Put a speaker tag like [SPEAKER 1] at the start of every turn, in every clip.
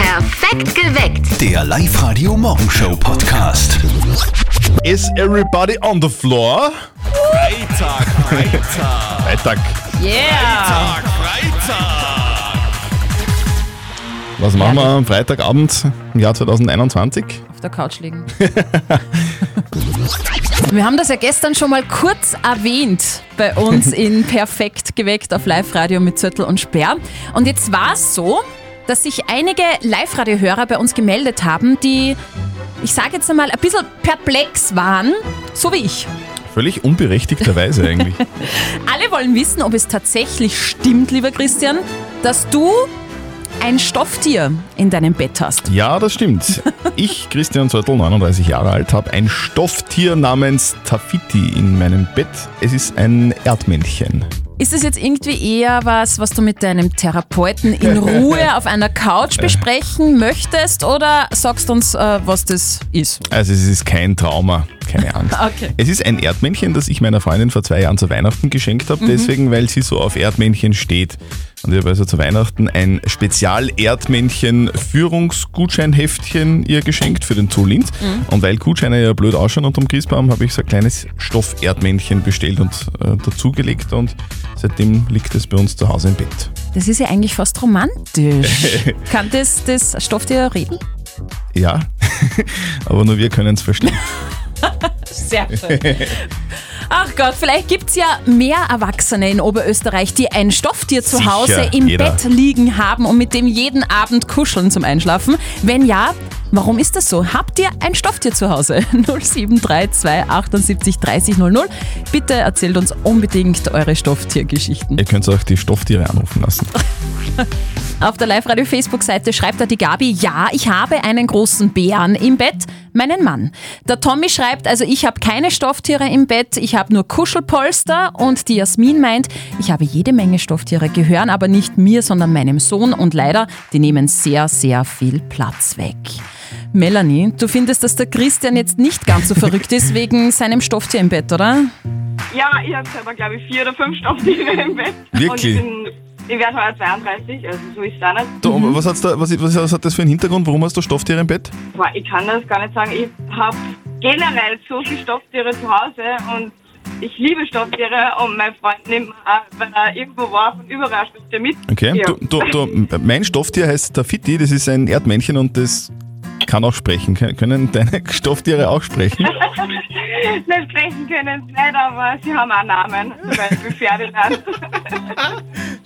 [SPEAKER 1] Perfekt geweckt.
[SPEAKER 2] Der Live-Radio Morgenshow Podcast.
[SPEAKER 3] Is everybody on the floor?
[SPEAKER 4] Freitag, Freitag,
[SPEAKER 3] Freitag.
[SPEAKER 5] Yeah!
[SPEAKER 4] Tag, Freitag.
[SPEAKER 3] Was machen wir am Freitagabend im Jahr 2021?
[SPEAKER 5] Auf der Couch liegen. Wir haben das ja gestern schon mal kurz erwähnt bei uns in Perfekt geweckt auf Live-Radio mit Zürtel und Sperr. Und jetzt war es so, dass sich einige Live-Radio-Hörer bei uns gemeldet haben, die, ich sage jetzt einmal, ein bisschen perplex waren, so wie ich.
[SPEAKER 3] Völlig unberechtigterweise eigentlich.
[SPEAKER 5] Alle wollen wissen, ob es tatsächlich stimmt, lieber Christian, dass du ein Stofftier in deinem Bett hast.
[SPEAKER 3] ja, das stimmt. Ich, Christian Zöttl, 39 Jahre alt, habe ein Stofftier namens Tafiti in meinem Bett. Es ist ein Erdmännchen.
[SPEAKER 5] Ist es jetzt irgendwie eher was, was du mit deinem Therapeuten in Ruhe auf einer Couch besprechen möchtest oder sagst uns, äh, was das ist?
[SPEAKER 3] Also es ist kein Trauma, keine Angst.
[SPEAKER 5] Okay.
[SPEAKER 3] Es ist ein Erdmännchen, das ich meiner Freundin vor zwei Jahren zu Weihnachten geschenkt habe, deswegen, weil sie so auf Erdmännchen steht. Und ich habe also zu Weihnachten ein Spezial-Erdmännchen-Führungsgutscheinheftchen ihr geschenkt für den Zoo Linz. Und weil Gutscheine ja blöd ausschauen unterm Christbaum, habe ich so ein kleines Stoff-Erdmännchen bestellt und äh, dazugelegt und seitdem liegt es bei uns zu Hause im Bett.
[SPEAKER 5] Das ist ja eigentlich fast romantisch. Kann das, das Stofftier reden?
[SPEAKER 3] Ja, aber nur wir können es verstehen.
[SPEAKER 5] Sehr schön. Ach Gott, vielleicht gibt es ja mehr Erwachsene in Oberösterreich, die ein Stofftier zu
[SPEAKER 3] Sicher,
[SPEAKER 5] Hause im
[SPEAKER 3] jeder.
[SPEAKER 5] Bett liegen haben und mit dem jeden Abend kuscheln zum Einschlafen. Wenn ja, warum ist das so? Habt ihr ein Stofftier zu Hause? 0732 78 30 00. Bitte erzählt uns unbedingt eure Stofftiergeschichten.
[SPEAKER 3] Ihr könnt auch die Stofftiere anrufen lassen.
[SPEAKER 5] Auf der Live-Radio-Facebook-Seite schreibt da die Gabi, ja, ich habe einen großen Bären im Bett, meinen Mann. Der Tommy schreibt, also ich habe keine Stofftiere im Bett, ich habe nur Kuschelpolster und die Jasmin meint, ich habe jede Menge Stofftiere, gehören aber nicht mir, sondern meinem Sohn und leider, die nehmen sehr, sehr viel Platz weg. Melanie, du findest, dass der Christian jetzt nicht ganz so verrückt ist wegen seinem Stofftier im Bett, oder?
[SPEAKER 6] Ja, ich habe selber, glaube ich, vier oder fünf Stofftiere im Bett.
[SPEAKER 3] Wirklich?
[SPEAKER 6] Und ich, bin, ich werde heuer 32, also so ist es auch nicht.
[SPEAKER 3] So, aber was, hat's da, was, was, was hat das für einen Hintergrund? Warum hast du Stofftiere im Bett?
[SPEAKER 6] Boah, ich kann das gar nicht sagen. Ich habe generell so viele Stofftiere zu Hause und ich liebe Stofftiere und mein Freund nimmt mir auch, wenn er irgendwo war, von überall ein Stofftier mit.
[SPEAKER 3] Okay.
[SPEAKER 6] Ja.
[SPEAKER 3] Du, du, du, mein Stofftier heißt Tafiti, das ist ein Erdmännchen und das kann auch sprechen. Kön- Können deine Stofftiere auch sprechen?
[SPEAKER 6] Nicht sprechen können sie nicht, aber sie haben auch Namen, zum Beispiel Ferdinand.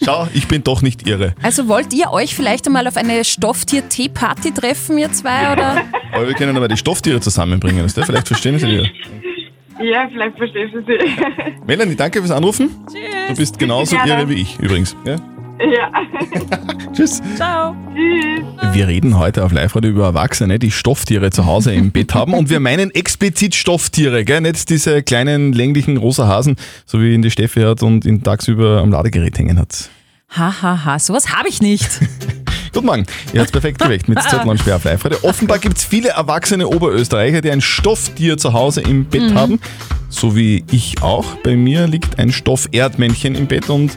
[SPEAKER 3] Schau, ich bin doch nicht irre.
[SPEAKER 5] Also wollt ihr euch vielleicht einmal auf eine Stofftier-Tee-Party treffen, ihr zwei, oder?
[SPEAKER 3] Aber wir können aber die Stofftiere zusammenbringen. Das, vielleicht verstehen sie wieder.
[SPEAKER 6] ja, vielleicht verstehst du sie.
[SPEAKER 3] Melanie, danke fürs Anrufen. Tschüss. Du bist genauso
[SPEAKER 6] Gerne.
[SPEAKER 3] irre wie ich übrigens. Ja?
[SPEAKER 6] ja.
[SPEAKER 3] Tschüss.
[SPEAKER 5] Ciao.
[SPEAKER 3] Wir reden heute auf Live-Radio über Erwachsene, die Stofftiere zu Hause im Bett haben. Und wir meinen explizit Stofftiere, gell? nicht diese kleinen, länglichen rosa Hasen, so wie ihn die Steffi hat und ihn tagsüber am Ladegerät hängen hat.
[SPEAKER 5] Ha, ha, ha, sowas habe ich nicht.
[SPEAKER 3] Guten Morgen, ihr habt's perfekt geweckt mit Zettel und Sperr auf Live-Radio. Offenbar gibt's viele erwachsene Oberösterreicher, die ein Stofftier zu Hause im Bett haben, so wie ich auch. Bei mir liegt ein Stoff-Erdmännchen im Bett und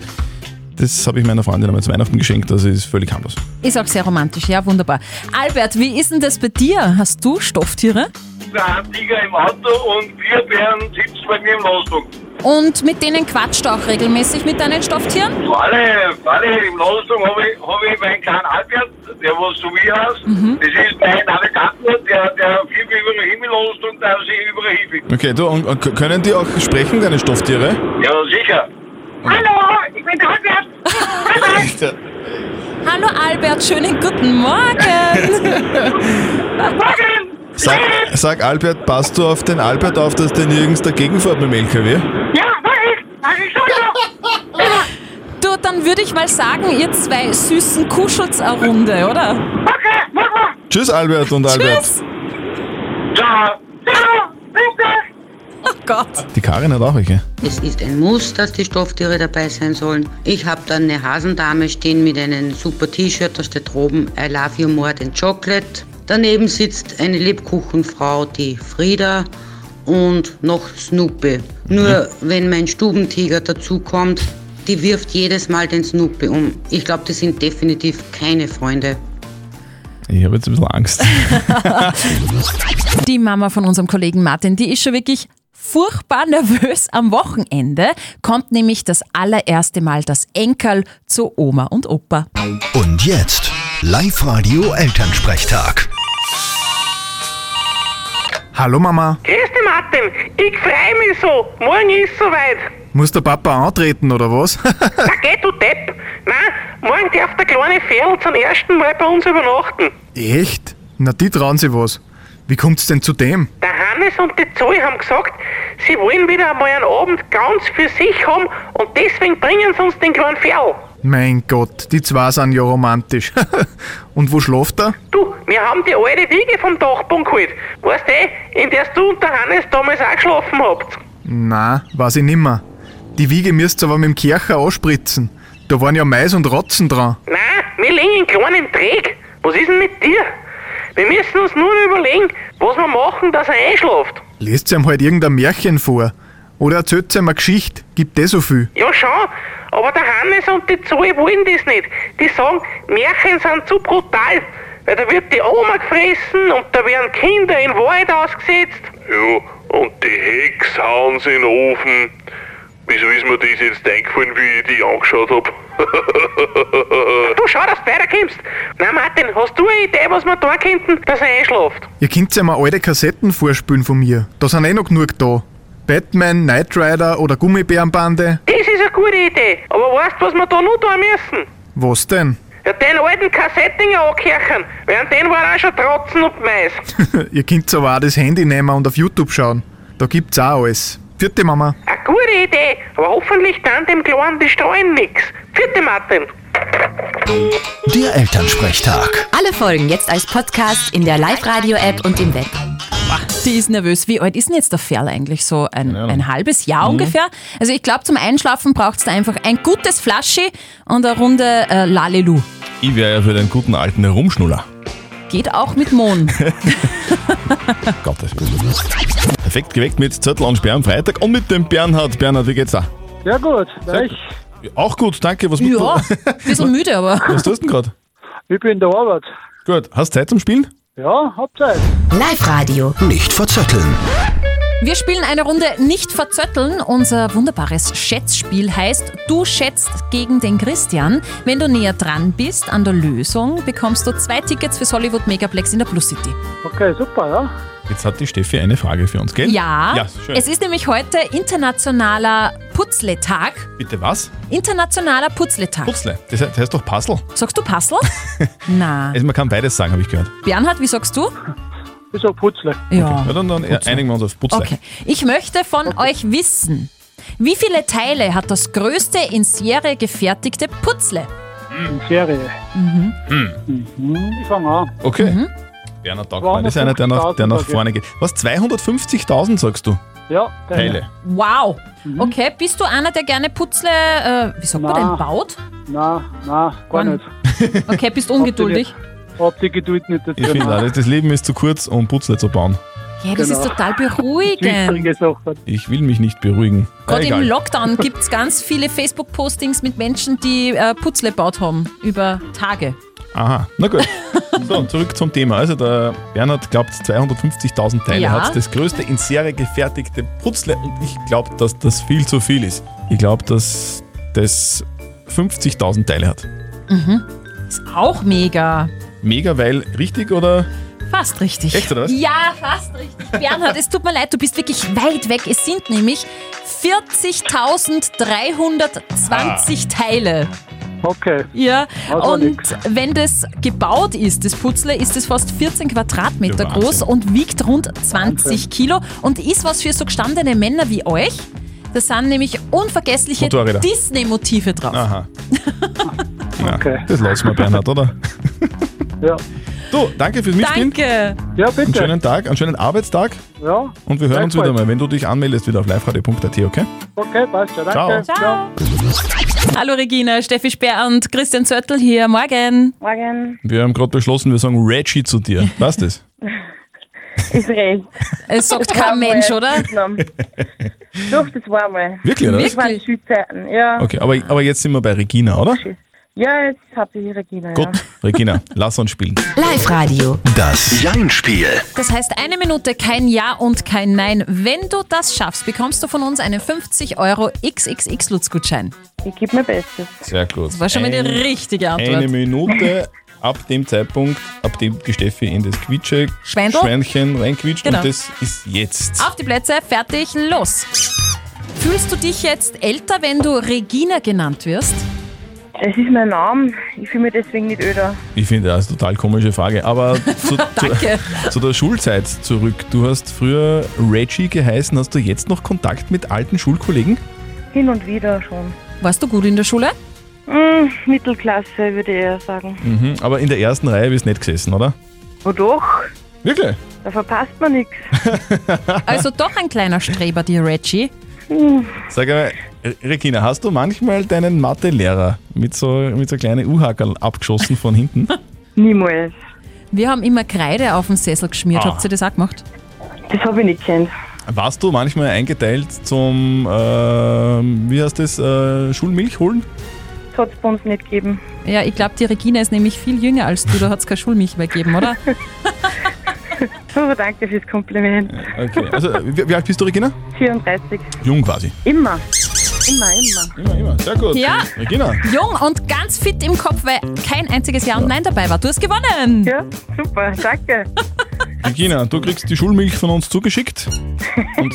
[SPEAKER 3] das habe ich meiner Freundin einmal zu Weihnachten geschenkt, also ist völlig harmlos.
[SPEAKER 5] Ist auch sehr romantisch, ja, wunderbar. Albert, wie ist denn das bei dir? Hast du Stofftiere?
[SPEAKER 7] der Handlieger im Auto und Bierbären sitzt bei mir im Losdruck.
[SPEAKER 5] Und mit denen quatscht du auch regelmäßig mit deinen Stofftieren?
[SPEAKER 7] Alle, alle im Losdruck habe ich, hab ich meinen kleinen Albert, der was zu mir heißt.
[SPEAKER 8] Mhm.
[SPEAKER 7] Das ist mein Navigator, der, der fliegt über den Himmel los und der sich überall hilft.
[SPEAKER 3] Okay, du, und, und können die auch sprechen, deine Stofftiere?
[SPEAKER 7] Ja, sicher.
[SPEAKER 8] Mhm.
[SPEAKER 6] Hallo, ich bin der Albert.
[SPEAKER 5] Hallo Albert, schönen guten Morgen.
[SPEAKER 3] Sag, sag Albert, passt du auf den Albert auf, dass der nirgends dagegen fährt mit dem LKW?
[SPEAKER 6] Ja, mach ich. Mach ich schon noch.
[SPEAKER 5] Du, dann würde ich mal sagen, ihr zwei süßen kuschelt's eine Runde, oder?
[SPEAKER 6] Okay, mach mal.
[SPEAKER 3] Tschüss Albert und Albert.
[SPEAKER 5] Tschüss.
[SPEAKER 7] Ciao.
[SPEAKER 6] Ciao. Bis dann.
[SPEAKER 5] Oh Gott.
[SPEAKER 3] Die Karin hat auch welche.
[SPEAKER 9] Es ist ein Muss, dass die Stofftiere dabei sein sollen. Ich habe dann eine Hasendame stehen mit einem super T-Shirt, da steht oben I love you more than chocolate. Daneben sitzt eine Lebkuchenfrau, die Frieda und noch Snoopy. Nur wenn mein Stubentiger dazukommt, die wirft jedes Mal den Snoopy um. Ich glaube, die sind definitiv keine Freunde.
[SPEAKER 3] Ich habe jetzt ein bisschen Angst.
[SPEAKER 5] Die Mama von unserem Kollegen Martin, die ist schon wirklich furchtbar nervös am Wochenende, kommt nämlich das allererste Mal das Enkel zu Oma und Opa.
[SPEAKER 2] Und jetzt Live-Radio Elternsprechtag.
[SPEAKER 1] Hallo Mama,
[SPEAKER 10] Grüß dich, Martin. Ich freue mich so. Morgen ist soweit.
[SPEAKER 1] muss der Papa antreten oder was?
[SPEAKER 10] Na geh, du Depp. Nein, morgen darf der kleine Ferl zum ersten Mal bei uns übernachten.
[SPEAKER 1] Echt? Na, die trauen sich was. Wie kommt's denn zu dem?
[SPEAKER 10] Der Hannes und die Zoe haben gesagt, sie wollen wieder einmal einen Abend ganz für sich haben und deswegen bringen sie uns den kleinen Ferl.
[SPEAKER 1] Mein Gott, die zwei sind ja romantisch. Und wo schläft er?
[SPEAKER 10] Du, wir haben die alte Wiege vom Dachboden geholt. Weißt du, in der du und der Hannes damals auch geschlafen habt.
[SPEAKER 1] Na, weiß ich nimmer. Die Wiege müsst ihr aber mit dem Kercher anspritzen. Da waren ja Mais und Rotzen dran.
[SPEAKER 10] Nein, wir liegen in kleinem Dreck. Was ist denn mit dir? Wir müssen uns nur noch überlegen, was wir machen, dass er einschläft.
[SPEAKER 1] Lest ihm halt irgendein Märchen vor. Oder erzählt ihm eine Geschichte. Gibt eh so viel.
[SPEAKER 10] Ja, schon, aber der Hannes und die Zoe wollen das nicht. Die sagen, Märchen sind zu brutal, weil da wird die Oma gefressen und da werden Kinder in Wald ausgesetzt.
[SPEAKER 11] Ja, und die Hex hauen sie in den Ofen. Wieso ist mir das jetzt eingefallen, wie ich die angeschaut hab?
[SPEAKER 10] Du schau, dass du weiterkommst. Na, Martin, hast du eine Idee, was wir da könnten, dass er einschläft?
[SPEAKER 1] Ihr könnt ihm alte Kassetten vorspülen von mir. Da sind eh noch genug da. Batman, Knight Rider oder Gummibärenbande.
[SPEAKER 10] Das ist eine gute Idee, aber weißt du, was wir da noch tun müssen?
[SPEAKER 1] Was denn?
[SPEAKER 10] Ja, den alten Kassettinger ankirchen, während den waren auch schon Trotzen und Mais.
[SPEAKER 1] Ihr könnt aber auch das Handy nehmen und auf YouTube schauen. Da gibt's auch alles. Vierte Mama.
[SPEAKER 10] Eine gute Idee, aber hoffentlich dann dem Kleinen die Streuen nix. Vierte Martin.
[SPEAKER 2] Der Elternsprechtag.
[SPEAKER 12] Alle Folgen jetzt als Podcast in der Live-Radio-App und im Web.
[SPEAKER 5] Die ist nervös. Wie alt ist denn jetzt der Ferl eigentlich? So ein, ein halbes Jahr ungefähr? Also ich glaube, zum Einschlafen braucht es da einfach ein gutes Flaschi und eine Runde äh, Lalelu.
[SPEAKER 3] Ich wäre ja für den guten alten Herumschnuller.
[SPEAKER 5] Geht auch mit Mohn.
[SPEAKER 3] Gottes Willen. Perfekt geweckt mit Zettel und Sperr am Freitag und mit dem Bernhard. Bernhard, wie geht's da?
[SPEAKER 8] Ja gut, ja, ich,
[SPEAKER 3] Auch gut, danke. Was, machst
[SPEAKER 5] ja, ein bisschen müde, aber
[SPEAKER 3] du, was tust du denn gerade?
[SPEAKER 8] ich bin in der Arbeit.
[SPEAKER 3] Gut, hast Zeit zum Spielen?
[SPEAKER 8] Ja, hab Zeit.
[SPEAKER 12] Live-Radio.
[SPEAKER 2] Nicht verzetteln.
[SPEAKER 5] wir spielen eine Runde Nicht verzötteln. Unser wunderbares Schätzspiel heißt, du schätzt gegen den Christian. Wenn du näher dran bist an der Lösung, bekommst du zwei Tickets fürs Hollywood Megaplex in der Plus City.
[SPEAKER 8] Okay, super, ja.
[SPEAKER 3] Jetzt hat die Steffi eine Frage für uns, gell?
[SPEAKER 5] Ja,
[SPEAKER 3] Ja, schön.
[SPEAKER 5] es ist nämlich heute internationaler Putzletag.
[SPEAKER 3] Bitte was?
[SPEAKER 5] Internationaler Putzletag.
[SPEAKER 3] Putzle. Das heißt, heißt doch Puzzle.
[SPEAKER 5] Sagst du Passel? Na.
[SPEAKER 3] Also man kann beides sagen, habe ich gehört.
[SPEAKER 5] Bernhard, wie sagst du?
[SPEAKER 8] Ist auch putzle.
[SPEAKER 5] Ja.
[SPEAKER 3] Ja, dann, dann einigen wir uns auf Putzle.
[SPEAKER 5] Okay. Ich möchte von euch wissen, wie viele Teile hat das größte in Serie gefertigte Putzle?
[SPEAKER 8] In Serie. Mhm. Ich fange an.
[SPEAKER 3] Okay.
[SPEAKER 5] Mhm.
[SPEAKER 3] Bernhard Dagmar, das ist einer, der nach, der nach
[SPEAKER 8] 250.000
[SPEAKER 3] vorne geht. Was, 250.000 sagst du?
[SPEAKER 8] Ja, der-
[SPEAKER 3] Teile.
[SPEAKER 5] Wow. Okay, bist du einer, der gerne Putzle, äh, wie sagt man
[SPEAKER 8] Na.
[SPEAKER 5] denn, baut?
[SPEAKER 8] Na, na, gar
[SPEAKER 5] Wann?
[SPEAKER 8] nicht.
[SPEAKER 5] Okay, bist ungeduldig.
[SPEAKER 8] Hab die Geduld nicht dazu.
[SPEAKER 3] Ich finde
[SPEAKER 13] Genau.
[SPEAKER 3] auch, das- das Leben ist zu kurz, um Putzle zu bauen.
[SPEAKER 5] Ja, das ist
[SPEAKER 8] Genau.
[SPEAKER 5] total beruhigend.
[SPEAKER 8] Schwierige Sachen.
[SPEAKER 3] Ich will mich nicht beruhigen.
[SPEAKER 5] Gerade
[SPEAKER 3] Egal.
[SPEAKER 5] im Lockdown gibt es ganz viele Facebook-Postings mit Menschen, die äh, Putzle gebaut haben über Tage.
[SPEAKER 3] Aha, na gut. So, und zurück zum Thema. Also, der Bernhard glaubt, 250.000 Teile
[SPEAKER 5] Ja.
[SPEAKER 3] hat das größte in Serie gefertigte Putzle und ich glaube, dass das viel zu viel ist. Ich glaube, dass das 50.000 Teile hat.
[SPEAKER 5] Ist auch mega.
[SPEAKER 3] Mega, weil richtig oder?
[SPEAKER 5] Fast richtig.
[SPEAKER 3] Echt, oder was?
[SPEAKER 5] Ja, fast richtig. Bernhard, es tut mir leid, du bist wirklich weit weg. Es sind nämlich
[SPEAKER 3] Ah.
[SPEAKER 5] 40.320 Teile.
[SPEAKER 8] Okay,
[SPEAKER 5] Ja,
[SPEAKER 8] war
[SPEAKER 5] und
[SPEAKER 8] nix.
[SPEAKER 5] wenn das gebaut ist, das Putzle, ist es fast 14 Quadratmeter
[SPEAKER 3] Ja, Wahnsinn.
[SPEAKER 5] groß und wiegt rund 20 Kilo und ist was für so gestandene Männer wie euch. Da sind nämlich unvergessliche
[SPEAKER 3] Motorräder. Ah.
[SPEAKER 5] Disney-Motive drauf.
[SPEAKER 3] Aha. Na,
[SPEAKER 8] Okay.
[SPEAKER 3] Das lassen wir, Bernhard, oder?
[SPEAKER 8] ja.
[SPEAKER 3] Du, danke fürs Mitspielen.
[SPEAKER 5] Danke.
[SPEAKER 8] Ja,
[SPEAKER 3] Einen
[SPEAKER 8] bitte.
[SPEAKER 3] schönen Tag, einen schönen Arbeitstag
[SPEAKER 8] Ja,
[SPEAKER 3] und wir hören uns wieder
[SPEAKER 8] Gleichfalls.
[SPEAKER 3] mal, wenn du dich anmeldest, wieder auf liveradio.at, okay?
[SPEAKER 8] okay, passt ja.
[SPEAKER 3] Ciao.
[SPEAKER 8] Danke.
[SPEAKER 5] Ciao. Hallo Regina, Steffi Speer und Christian Zörtl hier. Morgen.
[SPEAKER 6] Morgen
[SPEAKER 3] Wir haben gerade beschlossen, wir sagen Reggie zu dir. Was das?
[SPEAKER 6] ist recht.
[SPEAKER 5] Es sagt kein Mensch, oder?
[SPEAKER 6] Doch, das war mal.
[SPEAKER 3] Wirklich, oder? was?
[SPEAKER 6] Das waren die Schulzeiten, ja.
[SPEAKER 3] Okay, aber, aber jetzt sind wir bei Regina, oder?
[SPEAKER 14] Ja, jetzt habe ich Regina.
[SPEAKER 3] Gut, Regina, lass uns spielen.
[SPEAKER 5] Live-Radio.
[SPEAKER 2] Das Jein-Spiel.
[SPEAKER 5] Das heißt, eine Minute kein Ja und kein Nein. Wenn du das schaffst, bekommst du von uns einen 50 Euro XXX-Lutz-Gutschein.
[SPEAKER 14] Ich gebe mir Bestes.
[SPEAKER 3] Sehr gut. Das
[SPEAKER 5] war schon mal die richtige Antwort.
[SPEAKER 3] Eine Minute ab dem Zeitpunkt, ab dem die Steffi in das Quietsche
[SPEAKER 5] Schwendel?
[SPEAKER 3] Schweinchen reinquietscht
[SPEAKER 5] Genau.
[SPEAKER 3] und das ist jetzt.
[SPEAKER 5] Auf die Plätze, fertig, los. Fühlst du dich jetzt älter, wenn du Regina genannt wirst?
[SPEAKER 14] Es ist mein Name. Ich fühle mich deswegen nicht öder.
[SPEAKER 3] Ich finde das eine total komische Frage, aber zu,
[SPEAKER 14] Danke.
[SPEAKER 3] zu, zu der Schulzeit zurück. Du hast früher Reggie geheißen, hast du jetzt noch Kontakt mit alten Schulkollegen?
[SPEAKER 14] Hin und wieder schon.
[SPEAKER 5] Warst du gut in der Schule?
[SPEAKER 14] Hm, Mittelklasse, würde ich eher sagen.
[SPEAKER 3] Mhm, aber in der ersten Reihe bist du nicht gesessen, oder?
[SPEAKER 14] Wodurch?
[SPEAKER 3] Wirklich?
[SPEAKER 14] Da verpasst man nichts.
[SPEAKER 5] Also doch ein kleiner Streber, die Reggie.
[SPEAKER 3] Sag mal, Re- Regina, hast du manchmal deinen Mathelehrer mit so, mit so kleinen U-Hackerl abgeschossen von hinten?
[SPEAKER 14] Niemals.
[SPEAKER 5] Wir haben immer Kreide auf den Sessel geschmiert.
[SPEAKER 3] Ah.
[SPEAKER 5] Habt ihr das auch gemacht?
[SPEAKER 14] Das habe ich nicht kennt.
[SPEAKER 3] Warst du manchmal eingeteilt zum, ähm, wie heißt das, äh, Schulmilch holen?
[SPEAKER 14] Das hat es bei uns nicht gegeben.
[SPEAKER 5] Ja, ich glaube, die Regina ist nämlich viel jünger als du. Da hat es keine Schulmilch mehr gegeben, oder?
[SPEAKER 14] Aber danke fürs Kompliment.
[SPEAKER 3] Okay, also äh, wie, wie alt bist du, Regina?
[SPEAKER 14] 34.
[SPEAKER 3] Jung quasi.
[SPEAKER 14] Immer. Immer, immer.
[SPEAKER 3] Immer, immer. Sehr gut.
[SPEAKER 5] Ja.
[SPEAKER 3] Regina.
[SPEAKER 5] Jung und ganz fit im Kopf, weil kein einziges Ja und Nein dabei war. Du hast gewonnen.
[SPEAKER 14] Ja, super. Danke.
[SPEAKER 3] Regina, du kriegst die Schulmilch von uns zugeschickt und,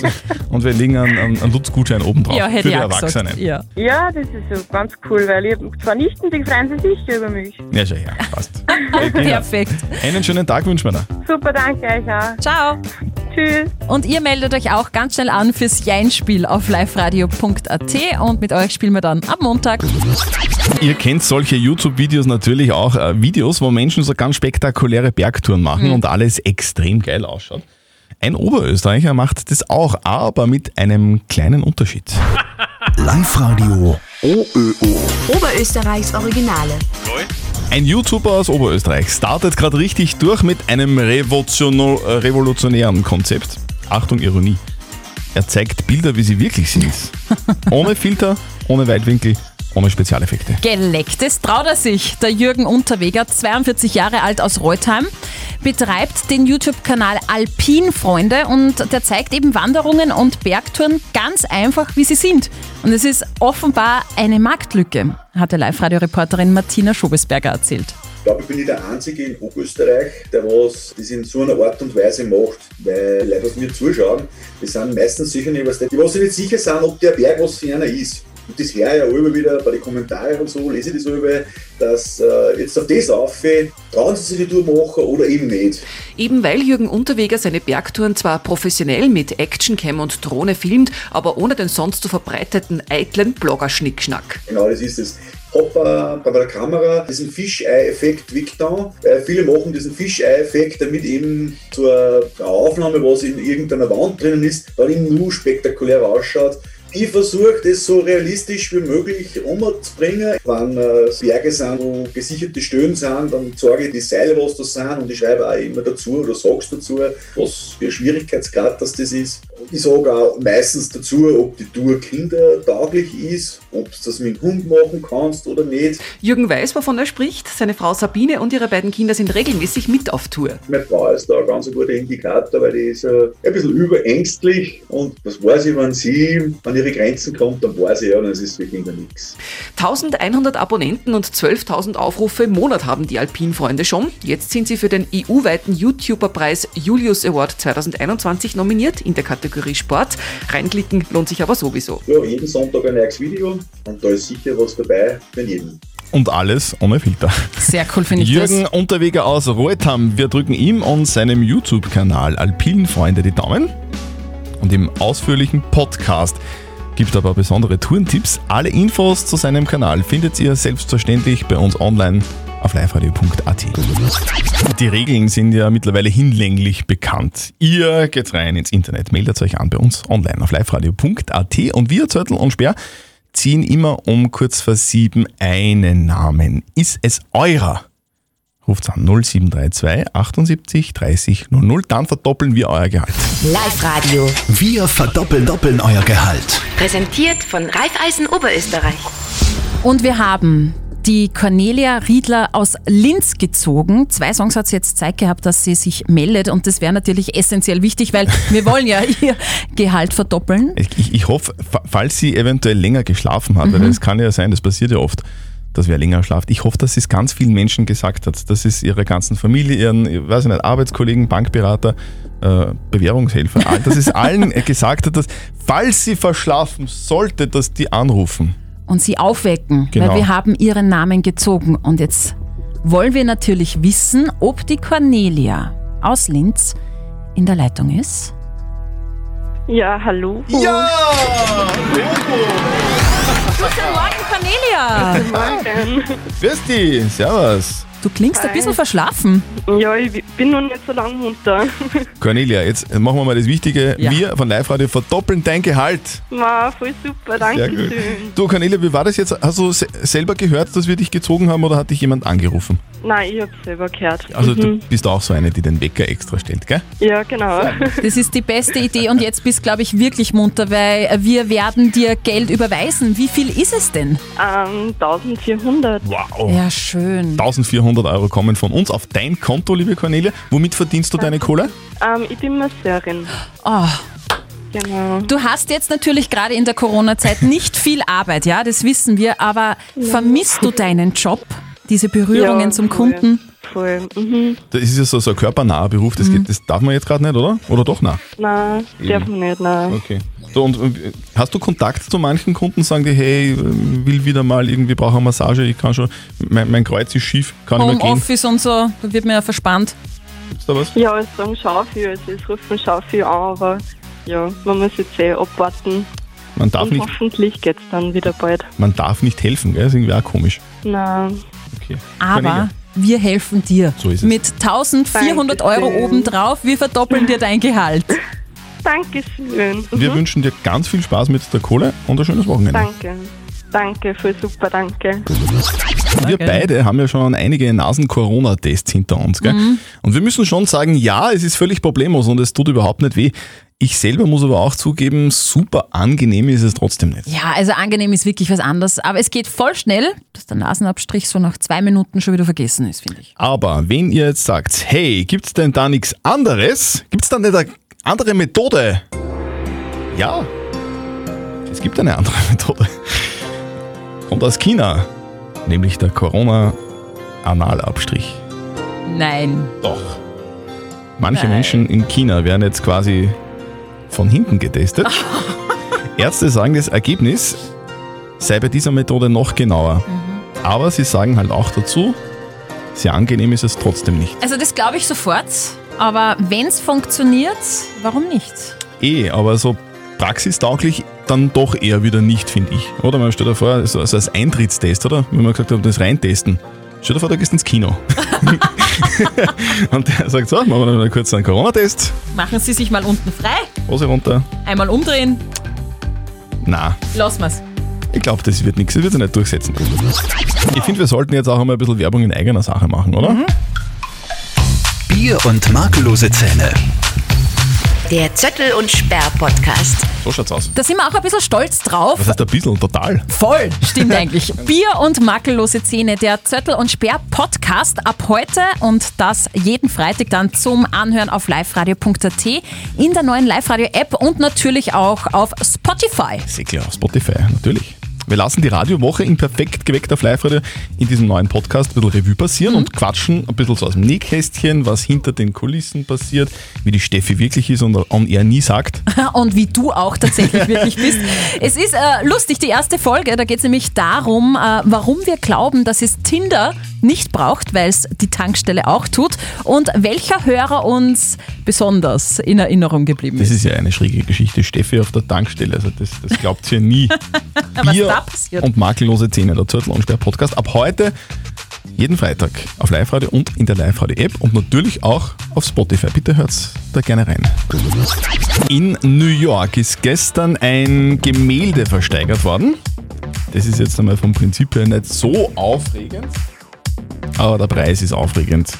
[SPEAKER 3] und wir legen einen, einen, einen Lutz-Gutschein oben drauf
[SPEAKER 14] Ja, hätte
[SPEAKER 3] für die
[SPEAKER 14] ich auch gesagt.
[SPEAKER 3] Erwachsenen.
[SPEAKER 5] Ja.
[SPEAKER 14] Ja, das ist so ganz cool, weil ich hab zwar nicht und die freuen sich sicher über mich.
[SPEAKER 3] Ja, schon, ja, passt.
[SPEAKER 5] Perfekt.
[SPEAKER 3] Einen schönen Tag wünschen wir dir.
[SPEAKER 14] Super, danke euch auch.
[SPEAKER 5] Ciao.
[SPEAKER 14] Tschüss.
[SPEAKER 5] Und ihr meldet euch auch ganz schnell an fürs Jein-Spiel auf liveradio.at und mit euch spielen wir dann am Montag.
[SPEAKER 3] Ihr kennt solche YouTube-Videos natürlich auch. Äh, Videos, wo Menschen so ganz spektakuläre Bergtouren machen
[SPEAKER 5] Mhm.
[SPEAKER 3] und alles extrem geil ausschaut. Ein Oberösterreicher macht das auch, aber mit einem kleinen Unterschied. Live-Radio OÖO.
[SPEAKER 12] Oberösterreichs Originale.
[SPEAKER 3] Ein YouTuber aus Oberösterreich startet gerade richtig durch mit einem revolutiono- äh, revolutionären Konzept. Achtung, Ironie. Er zeigt Bilder, wie sie wirklich sind. Ohne Filter, ohne Weitwinkel, ohne Spezialeffekte.
[SPEAKER 5] Geleckt, das traut er sich. Der Jürgen Unterweger, 42 Jahre alt aus Reutheim, betreibt den YouTube-Kanal Alpinfreunde und der zeigt eben Wanderungen und Bergtouren ganz einfach, wie sie sind. Und es ist offenbar eine Marktlücke, hat der Live-Radio-Reporterin Martina Schobesberger erzählt.
[SPEAKER 13] Ich glaube, ich bin nicht der Einzige in Österreich, der was das in so einer Art und Weise macht, weil die Leute, die mir zuschauen, die sind meistens sicher nicht, was die, die was sich nicht sicher sind, ob der Berg was für einer ist. Und das höre ich ja immer wieder bei den Kommentaren und so, lese ich das über, dass äh, jetzt auf das auffällt, trauen sie sich die Tour machen oder eben nicht.
[SPEAKER 15] Eben weil Jürgen Unterweger seine Bergtouren zwar professionell mit Actioncam und Drohne filmt, aber ohne den sonst so verbreiteten eitlen Blogger-Schnickschnack.
[SPEAKER 13] Genau, das ist es. Hopper bei der Kamera, diesen Fischei-Effekt wirkt dann. Äh, viele machen diesen Fischei-Effekt, damit eben zur Aufnahme, was in irgendeiner Wand drinnen ist, dann eben nur spektakulär ausschaut. Ich versuche das so realistisch wie möglich umzubringen. Wenn äh, Berge sind, wo gesicherte Stöhnen sind, dann zeige ich die Seile, was das sind und ich schreibe auch immer dazu oder sag's dazu, was für ein Schwierigkeitsgrad das, das ist. Und ich sage auch meistens dazu, ob die Tour kindertauglich ist, ob du das mit dem Hund machen kannst oder nicht.
[SPEAKER 15] Jürgen weiß, wovon er spricht. Seine Frau Sabine und ihre beiden Kinder sind regelmäßig mit auf Tour.
[SPEAKER 13] Meine Frau ist da ein ganz guter Indikator, weil die ist äh, ein bisschen überängstlich und das weiß ich, wenn sie an ihre Grenzen kommt, dann weiß ich ja, dann ist es für Kinder nichts.
[SPEAKER 15] 1100 Abonnenten und 12.000 Aufrufe im Monat haben die Alpinfreunde schon. Jetzt sind sie für den EU-weiten YouTuber-Preis Julius Award 2021 nominiert in der Kategorie Sport. Reinklicken lohnt sich aber sowieso.
[SPEAKER 13] Ja, jeden Sonntag ein neues Video und da ist sicher was dabei für jeden.
[SPEAKER 3] Und alles ohne Filter.
[SPEAKER 5] Sehr cool finde ich
[SPEAKER 3] Jürgen
[SPEAKER 5] das.
[SPEAKER 3] Unterweger aus Reutham. Wir drücken ihm und seinem YouTube-Kanal Alpinfreunde die Daumen. Und im ausführlichen Podcast gibt aber besondere Tourentipps. Alle Infos zu seinem Kanal findet ihr selbstverständlich bei uns online auf liveradio.at. Die Regeln sind ja mittlerweile hinlänglich bekannt. Ihr geht rein ins Internet, meldet euch an bei uns online auf liveradio.at und wir, Zörtel und Speer, ziehen immer um kurz vor sieben einen Namen. Ist es eurer? Ruft an 0732 78 30 00, dann verdoppeln wir euer Gehalt.
[SPEAKER 12] Live-Radio.
[SPEAKER 2] Wir verdoppeln doppeln euer Gehalt.
[SPEAKER 12] Präsentiert von Raiffeisen Oberösterreich.
[SPEAKER 5] Und wir haben die Cornelia Riedler aus Linz gezogen. Zwei Songs hat sie jetzt Zeit gehabt, dass sie sich meldet und das wäre natürlich essentiell wichtig, weil wir wollen ja ihr Gehalt verdoppeln.
[SPEAKER 3] Ich, ich hoffe, fa- falls sie eventuell länger geschlafen hat, weil
[SPEAKER 5] Mhm.
[SPEAKER 3] das kann ja sein, das passiert ja oft, dass wer länger schlaft. Ich hoffe, dass sie es ganz vielen Menschen gesagt hat, dass es ihrer ganzen Familie, ihren, ich weiß ich nicht, Arbeitskollegen, Bankberater, äh, Bewährungshelfer, all- dass es allen äh, gesagt hat, dass falls sie verschlafen sollte, dass die anrufen.
[SPEAKER 5] und sie aufwecken,
[SPEAKER 3] Genau.
[SPEAKER 5] weil wir haben ihren Namen gezogen. Und jetzt wollen wir natürlich wissen, ob die Cornelia aus Linz in der Leitung ist.
[SPEAKER 14] Ja, hallo.
[SPEAKER 3] Ja!
[SPEAKER 5] Guten Morgen, Cornelia!
[SPEAKER 3] Guten Grüß dich, servus.
[SPEAKER 5] Du klingst ein bisschen verschlafen.
[SPEAKER 14] Ja, ich bin noch nicht so lange munter.
[SPEAKER 3] Cornelia, jetzt machen wir mal das Wichtige.
[SPEAKER 14] Ja.
[SPEAKER 3] Wir von Live Radio verdoppeln dein Gehalt.
[SPEAKER 14] War voll super, danke
[SPEAKER 3] gut.
[SPEAKER 14] schön.
[SPEAKER 3] äh, Du, Cornelia, wie war das jetzt? Hast du se- selber gehört, dass wir dich gezogen haben oder hat dich jemand angerufen?
[SPEAKER 14] Nein, ich hab's selber gehört.
[SPEAKER 3] Also du
[SPEAKER 14] Mhm.
[SPEAKER 3] bist auch so eine, die den Wecker extra stellt, gell?
[SPEAKER 14] Ja, genau.
[SPEAKER 5] Das ist die beste Idee und jetzt bist, glaube ich, wirklich munter, weil wir werden dir Geld überweisen. Wie viel ist es denn?
[SPEAKER 14] Ähm, 1400.
[SPEAKER 3] Wow.
[SPEAKER 5] Ja, schön.
[SPEAKER 3] 1400 Euro kommen von uns auf dein Konto, liebe Cornelia. Womit verdienst du deine Kohle?
[SPEAKER 14] Ähm, ich bin Masseurin.
[SPEAKER 5] Oh.
[SPEAKER 14] Genau.
[SPEAKER 5] Du hast jetzt natürlich gerade in der Corona-Zeit nicht viel Arbeit, ja, das wissen wir, aber vermisst du deinen Job, diese Berührungen
[SPEAKER 14] Ja,
[SPEAKER 5] zum
[SPEAKER 14] voll.
[SPEAKER 5] Kunden?
[SPEAKER 14] Voll. Mhm.
[SPEAKER 3] Das ist ja so, so ein körpernaher Beruf, das, geht, das darf man jetzt gerade nicht, oder? Oder doch? Nein.
[SPEAKER 14] Nein,
[SPEAKER 3] Eben.
[SPEAKER 14] darf man nicht, nein.
[SPEAKER 3] Okay. So, und äh, hast du Kontakt zu manchen Kunden, sagen die, hey, äh, will wieder mal irgendwie, brauche eine Massage, ich kann schon, mein, mein Kreuz ist schief, kann nicht mehr gehen.
[SPEAKER 5] Homeoffice und so, da wird man ja verspannt.
[SPEAKER 3] Gibt's da was?
[SPEAKER 14] Ja, es sagen schau viel, also es rufen schau viel an, aber ja, man muss jetzt eh abwarten.
[SPEAKER 3] Man darf,
[SPEAKER 14] Und
[SPEAKER 3] nicht,
[SPEAKER 14] hoffentlich geht's dann wieder bald.
[SPEAKER 3] man darf nicht helfen, gell? Das ist irgendwie auch komisch.
[SPEAKER 14] Nein.
[SPEAKER 3] Okay.
[SPEAKER 5] Aber
[SPEAKER 3] Cornelia.
[SPEAKER 5] wir helfen dir.
[SPEAKER 3] So ist es.
[SPEAKER 5] Mit 1400 Euro obendrauf, wir verdoppeln dir dein Gehalt.
[SPEAKER 14] Dankeschön.
[SPEAKER 3] Wir
[SPEAKER 14] Mhm.
[SPEAKER 3] wünschen dir ganz viel Spaß mit der Kohle und ein schönes Wochenende.
[SPEAKER 14] Danke. Danke, voll super, danke.
[SPEAKER 3] Wir beide haben ja schon einige Nasen-Corona-Tests hinter uns. Gell?
[SPEAKER 14] Mhm.
[SPEAKER 3] Und wir müssen schon sagen, ja, es ist völlig problemlos und es tut überhaupt nicht weh. Ich selber muss aber auch zugeben, super angenehm ist es trotzdem nicht.
[SPEAKER 5] Ja, also angenehm ist wirklich was anderes, aber es geht voll schnell, dass der Nasenabstrich so nach zwei Minuten schon wieder vergessen ist, finde ich.
[SPEAKER 3] Aber wenn ihr jetzt sagt, hey, gibt's denn da nichts anderes? Gibt's da nicht eine andere Methode? Ja, es gibt eine andere Methode. Kommt aus China, nämlich der Corona-Analabstrich.
[SPEAKER 5] Nein.
[SPEAKER 3] Doch. Manche
[SPEAKER 5] Nein.
[SPEAKER 3] Menschen in China werden jetzt quasi von hinten getestet. Ärzte sagen, das Ergebnis sei bei dieser Methode noch genauer. Aber sie sagen halt auch dazu, sehr angenehm ist es trotzdem nicht.
[SPEAKER 5] Also das glaube ich sofort, aber wenn es funktioniert, warum nicht?
[SPEAKER 3] Eh, aber so praxistauglich dann doch eher wieder nicht, finde ich. Oder man stellt dir vor, so also als Eintrittstest, oder? Wie man gesagt hat, das reintesten. Stell dir vor, du gehst ins Kino. Und der sagt, so, machen wir noch mal kurz einen Corona-Test.
[SPEAKER 5] Machen Sie sich mal unten frei,
[SPEAKER 3] Hose runter.
[SPEAKER 5] einmal umdrehen,
[SPEAKER 3] Na,
[SPEAKER 5] lassen wir's.
[SPEAKER 3] Ich glaube, das wird nichts. Das wird sich nicht durchsetzen. Ich finde, wir sollten jetzt auch einmal ein bisschen Werbung in eigener Sache machen, oder?
[SPEAKER 2] Bier und makellose Zähne.
[SPEAKER 12] Der Zettel und Sperr Podcast.
[SPEAKER 3] So schaut's aus.
[SPEAKER 5] Da sind wir auch ein bisschen stolz drauf.
[SPEAKER 3] Was heißt ein bisschen? Total.
[SPEAKER 5] Voll, stimmt eigentlich. Bier und makellose Zähne, der Zöttel und Sperr Podcast ab heute und das jeden Freitag dann zum Anhören auf liveradio.at, in der neuen Live-Radio App und natürlich auch auf Spotify.
[SPEAKER 3] Sehr klar, auf Spotify, natürlich. Wir lassen die Radiowoche in perfekt geweckter Fleifrede in diesem neuen Podcast ein bisschen Revue passieren und quatschen ein bisschen so aus dem Nähkästchen, was hinter den Kulissen passiert, wie die Steffi wirklich ist und on air nie sagt.
[SPEAKER 5] und wie du auch tatsächlich wirklich bist. Es ist äh, lustig, die erste Folge, da geht es nämlich darum, äh, warum wir glauben, dass es Tinder nicht braucht, weil es die Tankstelle auch tut und welcher Hörer uns besonders in Erinnerung geblieben
[SPEAKER 3] Das
[SPEAKER 5] ist.
[SPEAKER 3] ist ja eine schräge Geschichte. Steffi auf der Tankstelle, also das, das glaubt ihr nie.
[SPEAKER 5] Was
[SPEAKER 3] Bier
[SPEAKER 5] da passiert?
[SPEAKER 3] und makellose Zähne, der Zürtel und Sperr Podcast. Ab heute jeden Freitag auf Live-Radio und in der Live-Radio-App und natürlich auch auf Spotify. Bitte hört's da gerne rein. In New York ist gestern ein Gemälde versteigert worden. Das ist jetzt einmal vom Prinzip her nicht so aufregend, aber der Preis ist aufregend.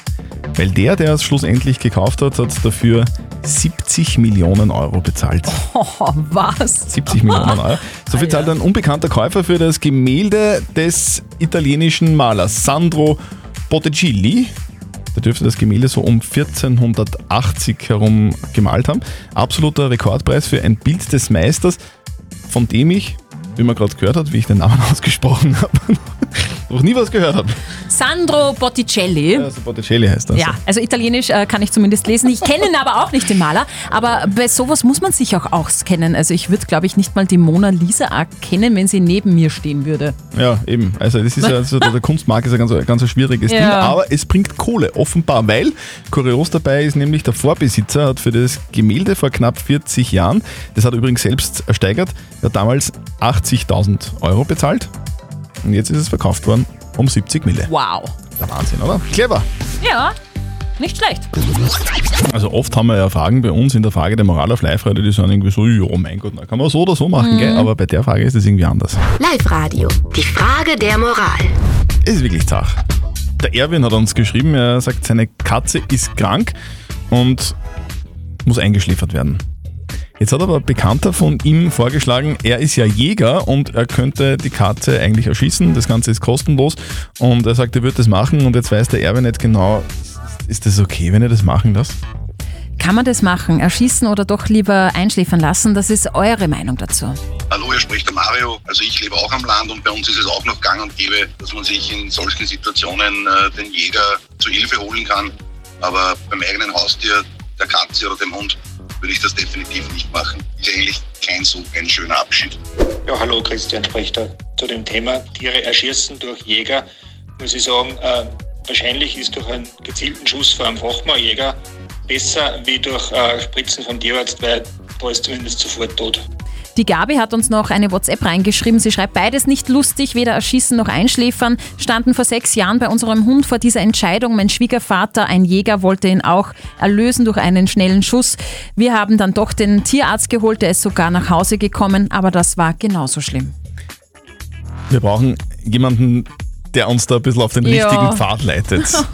[SPEAKER 3] Weil der, der es schlussendlich gekauft hat, hat dafür 70 Millionen Euro bezahlt.
[SPEAKER 5] Oh, was?
[SPEAKER 3] 70 Millionen Euro. So viel zahlt ein unbekannter Käufer für das Gemälde des italienischen Malers Sandro Botticelli. Der dürfte das Gemälde so um 1480 herum gemalt haben. Absoluter Rekordpreis für ein Bild des Meisters, von dem ich, wie man gerade gehört hat, wie ich den Namen ausgesprochen habe, noch nie was gehört habe.
[SPEAKER 5] Sandro Botticelli.
[SPEAKER 3] Also Botticelli heißt das.
[SPEAKER 5] Ja, also italienisch äh, kann ich zumindest lesen. Ich kenne ihn aber auch nicht, den Maler. Aber bei sowas muss man sich auch auskennen. Also ich würde, glaube ich, nicht mal die Mona Lisa erkennen, wenn sie neben mir stehen würde.
[SPEAKER 3] Ja, eben. Also das ist ja, also der der Kunstmarkt ist ja ganz, ganz ein schwieriges
[SPEAKER 5] Ja.
[SPEAKER 3] Ding, aber es bringt Kohle, offenbar, weil kurios dabei ist nämlich der Vorbesitzer hat für das Gemälde vor knapp 40 Jahren, das hat er übrigens selbst ersteigert, er hat damals 80.000 Euro bezahlt und jetzt ist es verkauft worden um 70 Mille.
[SPEAKER 5] Wow.
[SPEAKER 3] Der Wahnsinn, oder? Clever.
[SPEAKER 5] Ja, nicht schlecht.
[SPEAKER 3] Also oft haben wir ja Fragen bei uns in der Frage der Moral auf Live-Radio, die sind irgendwie so, ja mein Gott, na, kann man so oder so machen,
[SPEAKER 12] Mhm.
[SPEAKER 3] gell? aber bei der Frage ist es irgendwie anders.
[SPEAKER 12] Live-Radio. Die Frage der Moral.
[SPEAKER 3] ist wirklich zach. Der Erwin hat uns geschrieben, er sagt, seine Katze ist krank und muss eingeschläfert werden. Jetzt hat aber ein Bekannter von ihm vorgeschlagen, er ist ja Jäger und er könnte die Katze eigentlich erschießen. Das Ganze ist kostenlos und er sagt, er wird das machen und jetzt weiß der Erwin nicht genau, ist- ist das okay, wenn er das machen lässt?
[SPEAKER 5] Kann man das machen? Erschießen oder doch lieber einschläfern lassen? Das ist eure Meinung dazu.
[SPEAKER 13] Hallo, hier spricht der Mario. Also ich lebe auch am Land und bei uns ist es auch noch gang und gäbe, dass man sich in solchen Situationen äh, den Jäger zu Hilfe holen kann. Aber beim eigenen Haustier, der Katze oder dem Hund, würde ich das definitiv nicht machen. Ist eigentlich kein so ein schöner Abschied.
[SPEAKER 16] Ja, hallo, Christian spricht da zu dem Thema Tiere erschießen durch Jäger. Muss ich sagen, äh, wahrscheinlich ist durch einen gezielten Schuss von einem Fachmann-Jäger besser wie durch äh, Spritzen vom Tierarzt, weil da ist zumindest sofort tot.
[SPEAKER 5] Die Gabi hat uns noch eine WhatsApp reingeschrieben. Sie schreibt, beides nicht lustig, weder erschießen noch einschläfern. Standen vor sechs Jahren bei unserem Hund vor dieser Entscheidung. Mein Schwiegervater, ein Jäger, wollte ihn auch erlösen durch einen schnellen Schuss. Wir haben dann doch den Tierarzt geholt, der ist sogar nach Hause gekommen, aber das war genauso schlimm.
[SPEAKER 3] Wir brauchen jemanden, der uns da ein bisschen auf den
[SPEAKER 5] Ja.
[SPEAKER 3] richtigen Pfad leitet.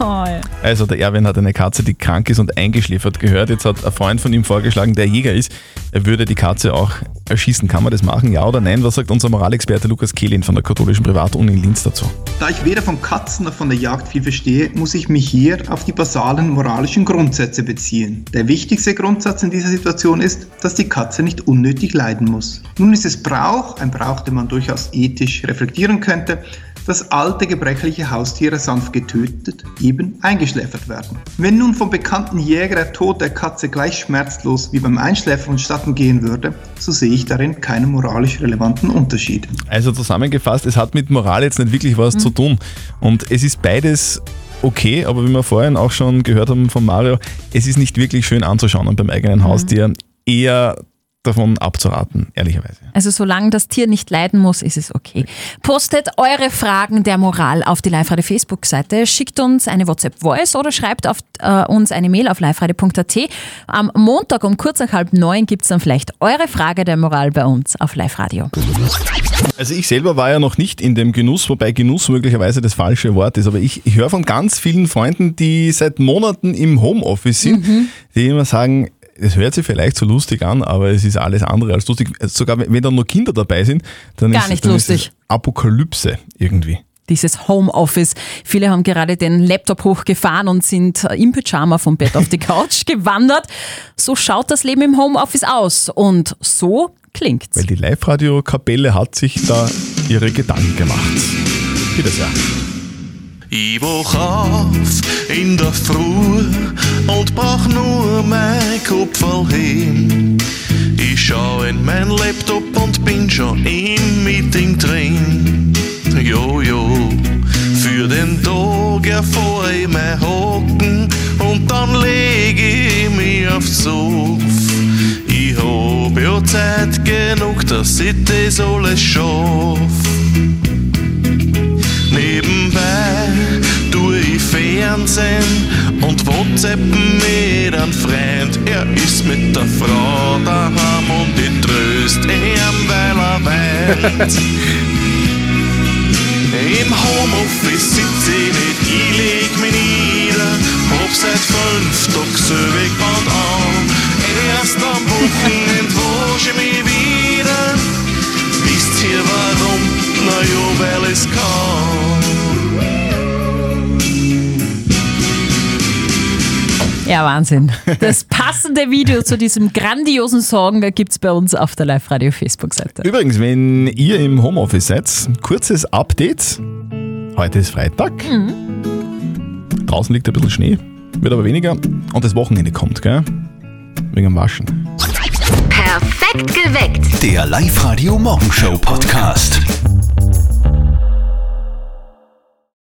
[SPEAKER 3] Also der Erwin hat eine Katze, die krank ist und eingeschläfert gehört. Jetzt hat ein Freund von ihm vorgeschlagen, der Jäger ist, er würde die Katze auch erschießen. Kann man das machen, ja oder nein? Was sagt unser Moralexperte Lukas Kehlin von der katholischen Privatuni in Linz dazu?
[SPEAKER 10] Da ich weder von Katzen noch von der Jagd viel verstehe, muss ich mich hier auf die basalen moralischen Grundsätze beziehen. Der wichtigste Grundsatz in dieser Situation ist, dass die Katze nicht unnötig leiden muss. Nun ist es Brauch, ein Brauch, den man durchaus ethisch reflektieren könnte, dass alte gebrechliche Haustiere sanft getötet, eben eingeschläfert werden. Wenn nun vom bekannten Jäger der Tod der Katze gleich schmerzlos wie beim Einschläfern statten gehen würde, so sehe ich darin keinen moralisch relevanten Unterschied.
[SPEAKER 3] Also zusammengefasst, es hat mit Moral jetzt nicht wirklich was zu tun. Und es ist beides okay, aber wie wir vorhin auch schon gehört haben von Mario, es ist nicht wirklich schön anzuschauen und beim eigenen Haustier eher davon abzuraten, ehrlicherweise.
[SPEAKER 5] Also solange das Tier nicht leiden muss, ist es okay. Postet eure Fragen der Moral auf die live Facebook-Seite, schickt uns eine WhatsApp-Voice oder schreibt auf, äh, uns eine Mail auf liveradio.at. Am Montag um kurz nach halb neun gibt es dann vielleicht eure Frage der Moral bei uns auf Live-Radio.
[SPEAKER 3] Also ich selber war ja noch nicht in dem Genuss, wobei Genuss möglicherweise das falsche Wort ist, aber ich, ich höre von ganz vielen Freunden, die seit Monaten im Homeoffice sind,
[SPEAKER 5] Mhm.
[SPEAKER 3] die immer sagen, es hört sich vielleicht so lustig an, aber es ist alles andere als lustig. Also Sogar wenn wenn dann noch Kinder dabei sind, dann
[SPEAKER 5] Gar
[SPEAKER 3] ist
[SPEAKER 5] nicht
[SPEAKER 3] dann Ist
[SPEAKER 5] lustig.
[SPEAKER 3] es Apokalypse irgendwie.
[SPEAKER 5] Dieses Homeoffice. Viele haben gerade den Laptop hochgefahren und sind äh, im Pyjama vom Bett auf die Couch gewandert. So schaut das Leben im Homeoffice aus und so klingt's.
[SPEAKER 3] Weil die Live-Radio-Kapelle hat sich da ihre Gedanken gemacht. Bitte sehr.
[SPEAKER 4] Ich wach auf in der Früh und brauch nur mein Kopfball hin. Ich schau in mein Laptop und bin schon im Meeting drin. Jo, jo, für den Tag erfahr ich mein Hocken und dann leg ich mich aufs Sof. Ich hab ja Zeit genug, dass ich das alles schaff. Nebenbei tue ich Fernsehen und WhatsAppen mit einem Freund. Er ist mit der Frau daheim und ich tröst ihn, weil er weint. Im Homeoffice sitze ich nicht, ich leg mich nieder, hab seit fünf Tagen Söwig und an.
[SPEAKER 5] Ja, Wahnsinn. Das passende Video zu diesem grandiosen Song gibt es bei uns auf der Live-Radio-Facebook-Seite.
[SPEAKER 3] Übrigens, wenn ihr im Homeoffice seid, kurzes Update. Heute ist Freitag. Draußen liegt ein bisschen Schnee, wird aber weniger. Und das Wochenende kommt, gell? Wegen dem Waschen.
[SPEAKER 12] Perfekt geweckt.
[SPEAKER 2] Der Live-Radio Morgenshow Podcast.